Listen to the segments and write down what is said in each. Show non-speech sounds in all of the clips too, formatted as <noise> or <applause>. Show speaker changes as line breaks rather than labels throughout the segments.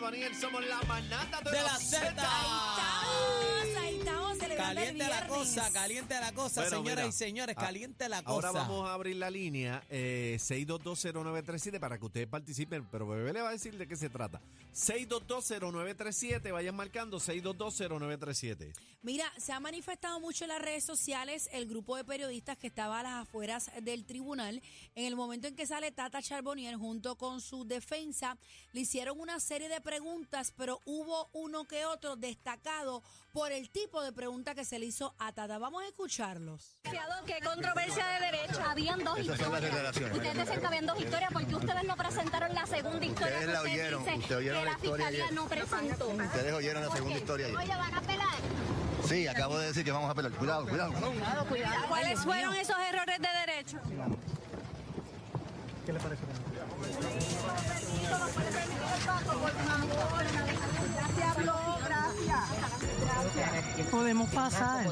Daniel, somos la manada de,
De la
Z.
Z.
Estamos, ahí estamos, celebrando el
Caliente la
viernes.
cosa, caliente la cosa,
Bueno,
señoras
mira,
y señores,
a-
caliente la cosa.
Ahora vamos a abrir la línea eh, 6220937 para que ustedes participen, pero bebé le va a decir de qué se trata. 6220937, vayan marcando 6220937.
Mira, se ha manifestado mucho en las redes sociales el grupo de periodistas que estaba a las afueras del tribunal. En el momento en que sale Tata Charbonnier junto con su defensa, le hicieron una serie de preguntas, pero hubo uno que otro destacado por el tipo de pregunta que se le hizo a Tata. Vamos a escucharlos.
¿Qué controversia de derecha? Habían dos
Esas son las
historias.
declaraciones.
Ustedes decían que habían dos historias. ¿Por qué ustedes no presentaron la segunda historia?
Ustedes
que
la oyeron,
dicen
ustedes oyeron
que
la
la,
historia
fiscalía
ayer.
no presentó.
Ustedes oyeron la
¿Por
segunda
qué?
historia ayer.
Oye, van a pelar.
Sí, acabo de decir que vamos a pelar. Cuidado, cuidado.
¿Cuáles fueron esos errores de derecho?
Podemos pasar.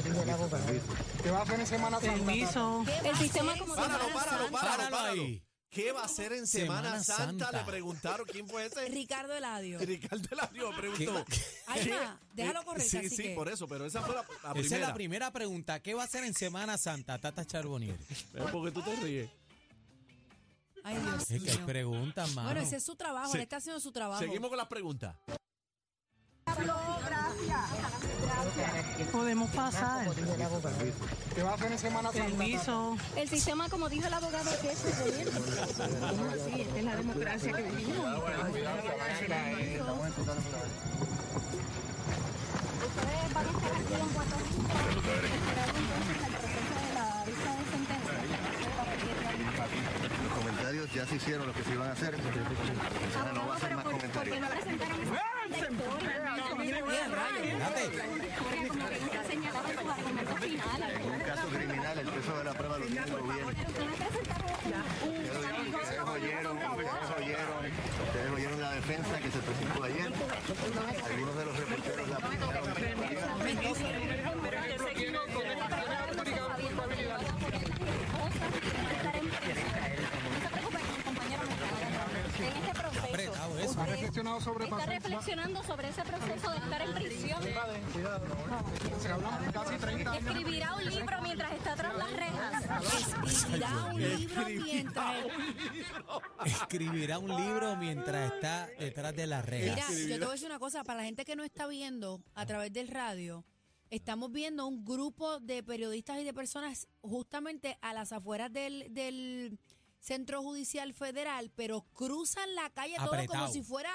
¿Qué va a hacer en Semana Santa?
Permiso.
El sistema como
Páralo, páralo, páralo,
Páralo
páralo.
ahí.
¿Qué va a hacer en Semana,
Semana
Santa?
Santa.
Le preguntaron quién fue ese.
Ricardo Eladio.
Ricardo Lario preguntó.
¿Qué?
Alma,
¿Qué?
déjalo correr.
Sí,
así
sí,
que-
por eso, pero esa fue la, la
Esa
primera.
es la primera pregunta. ¿Qué va a hacer en Semana Santa, Tata
<laughs>
Charbonier?
Porque tú te ríes.
Ay, Dios
Es que hay
mío.
preguntas, mano.
Bueno, ese es su trabajo,
Sí.
él está haciendo su trabajo.
Seguimos con las preguntas.
Podemos pasar.
¿Qué va a hacer en Semana Santa?
Permiso.
El sistema, como dijo el abogado, que es
Es la democracia que vivimos.
Ustedes van a estar aquí en Puerto Rico. Esperando entonces el proceso de la vista de sentencia.
Los comentarios ya se hicieron los que se iban a hacer. Ahora no va a hacer más comentarios.
no presentaron esa historia?
Fíjate,
historia como que nunca señalaron sus argumentos finales.
En un caso criminal, el peso de la prueba lo tiene el gobierno.
Ustedes presentaron un- un
Ustedes
amigo,
oyeron, ustedes oyeron, ustedes oyeron la defensa que se presentó ayer. Algunos de los reporteros la aplicaron.
apretado eso.
¿Ha reflexionado sobre
este Está
pasar?
reflexionando sobre ese proceso de estar en prisión.
¿eh? Se hablan casi 30 años.
Escribirá un libro mientras está tras las rejas.
Escribirá un libro mientras.
Escribirá un libro mientras está detrás de las
Mira,
rejas.
yo te voy a decir una cosa, para la gente que no está viendo a través del radio, estamos viendo un grupo de periodistas y de personas justamente a las afueras del, del Centro Judicial Federal, pero cruzan la calle todo como
Apretado.
si fuera,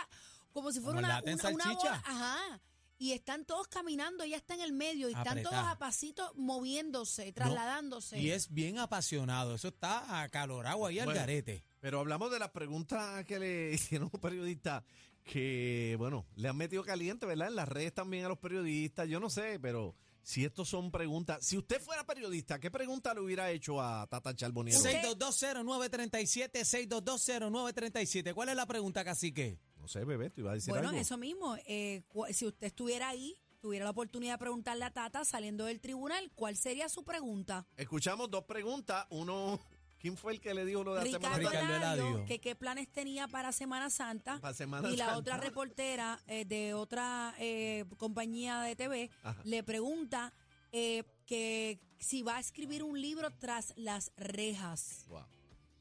como si fuera
Como el
una,
lata en
una- una
salchicha.
bola. Ajá. Y están todos caminando, ella está en el medio, y están
Apretado.
todos a pasitos moviéndose, trasladándose.
Y es bien apasionado. Eso está acalorado ahí al
Bueno.
garete.
Pero hablamos de las preguntas que le <laughs> hicieron los periodistas que, bueno, le han metido caliente, ¿verdad? En las redes también a los periodistas. Yo no sé, pero si estos son preguntas. Si usted fuera periodista, ¿qué pregunta le hubiera hecho a Tata Charbonier?
Usted-
6220937, 6220937. ¿Cuál es la pregunta, cacique?
No sé, bebé, te iba a decir
Bueno,
algo.
eso mismo. eh, cu- si usted estuviera ahí, tuviera la oportunidad de preguntarle a Tata saliendo del tribunal, ¿cuál sería su pregunta?
Escuchamos dos preguntas. Uno, ¿quién fue el que le dijo lo de la
Ricardo,
semana
Ricardo
pasada?
Eladio,
Eladio.
que qué planes tenía para Semana Santa.
Para Semana
y la
Santa.
otra reportera eh, de otra eh, compañía de TV
Ajá.
le pregunta eh, que si va a escribir un libro tras las rejas.
Wow.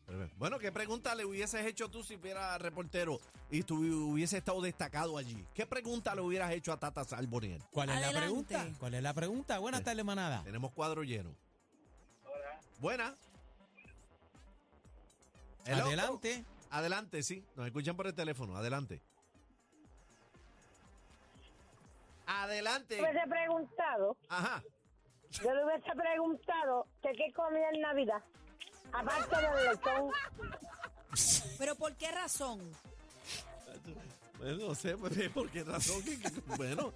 Bebé. Bueno, ¿qué pregunta le hubieses hecho tú si fuera reportero y tú hubiese estado destacado allí? ¿Qué pregunta le hubieras hecho a Tata Charbonier?
¿Cuál es
Adelante.
la pregunta? ¿Cuál es la pregunta? Buenas
Sí.
tardes, manada.
Tenemos cuadro lleno. Buena. Hello.
Adelante.
Adelante, sí. Nos escuchan por el teléfono. Adelante. Adelante.
Pues
hubiese preguntado,
Ajá.
yo le hubiese preguntado que qué comía en Navidad, aparte del lechón.
¿Pero por qué razón?
Bueno, no sé pues, <laughs> por qué razón. que- que- bueno.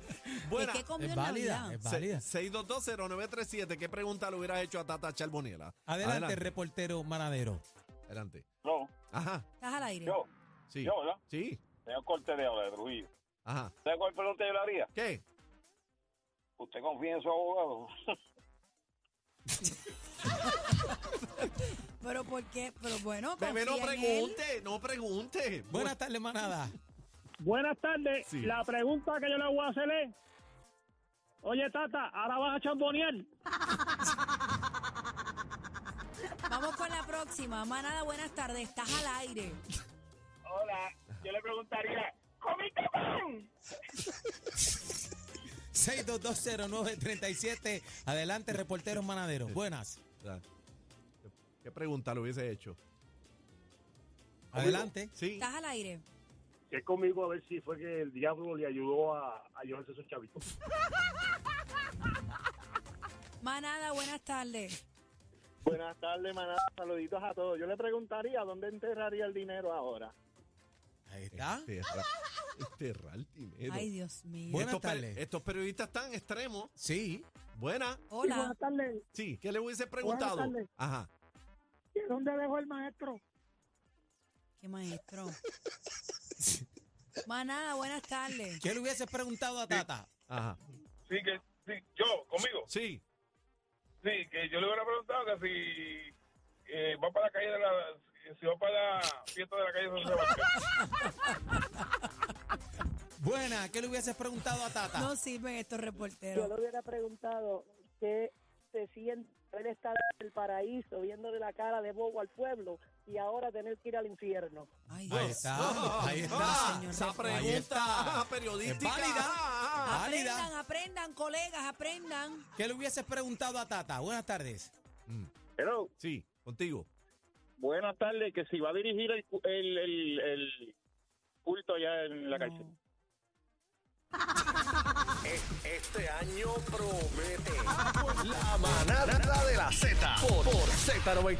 Buena.
¿De qué comió
Es
en
válida,
Navidad?
es válida.
Se- 6220937. ¿Qué pregunta le hubieras hecho a Tata Charboniela?
Adelante, reportero manadero.
Adelante.
No,
Ajá.
Estás al aire.
yo,
Sí.
yo, ¿verdad?
Sí.
Señor corte de habla de Trujillo.
Ajá.
¿Sabe cuál pregunta yo le haría?
¿Qué?
¿Usted confía en su abogado? <laughs>
Pero por qué, pero bueno,
Bebé, no
confía en él.
pregunte. No pregunte.
Buenas tardes, manada.
Buenas tardes.
Sí.
La pregunta que yo le voy a hacer es: Oye, Tata, ahora vas a chambonear.
Vamos con la próxima. Manada, buenas tardes. Estás al aire.
Hola, yo le preguntaría: ¿Comiste pan?
6220937. Adelante, reporteros manaderos. Buenas.
Ah, ¿qué- ¿Qué pregunta le hubiese hecho?
Adelante.
Sí.
Estás al aire.
Que es conmigo a ver si fue que el diablo le ayudó a, a llevarse a esos chavitos.
Manada, buenas tardes.
Buenas tardes, manada. Saluditos a todos. Yo le preguntaría dónde enterraría el dinero ahora.
Ahí
Este,
está.
Enterrar, enterrar dinero.
Ay, Dios mío.
Buenas
estos, per-
tardes.
estos periodistas tan extremos.
Sí.
Buena.
Hola.
tardes.
Sí, ¿qué le hubiese preguntado?
tardes.
Ajá.
¿Dónde dejó el maestro?
Qué maestro. Manada, buenas tardes.
¿Qué le hubiese preguntado a Tata?
Ajá.
Sí, que, sí, yo, conmigo.
Sí.
Sí, que yo le hubiera preguntado que si eh, va para la calle de la. Si va para la fiesta de la calle de San Sebastián.
Buena, ¿qué le hubiese preguntado a Tata?
No sirven estos
Yo
reporteros.
le hubiera preguntado qué se siente haber estado en el paraíso, viéndole la cara de bobo al pueblo y ahora tener que ir al infierno.
Ay,
Ahí
Dios.
está, ahí está.
señor.
Ah, esa
Ahí
pregunta Ah,
está.
periodística.
Es válida.
Ah, ah,
Válida.
Aprendan, aprendan, colegas, aprendan.
¿Qué le hubiese preguntado a Tata? Buenas tardes.
Pero,
ah. Sí, contigo.
buenas tardes, que si va a dirigir el, cu- el, el, el culto allá en la cárcel.
No.
Este año promete. La manada de la Z por, por Z93.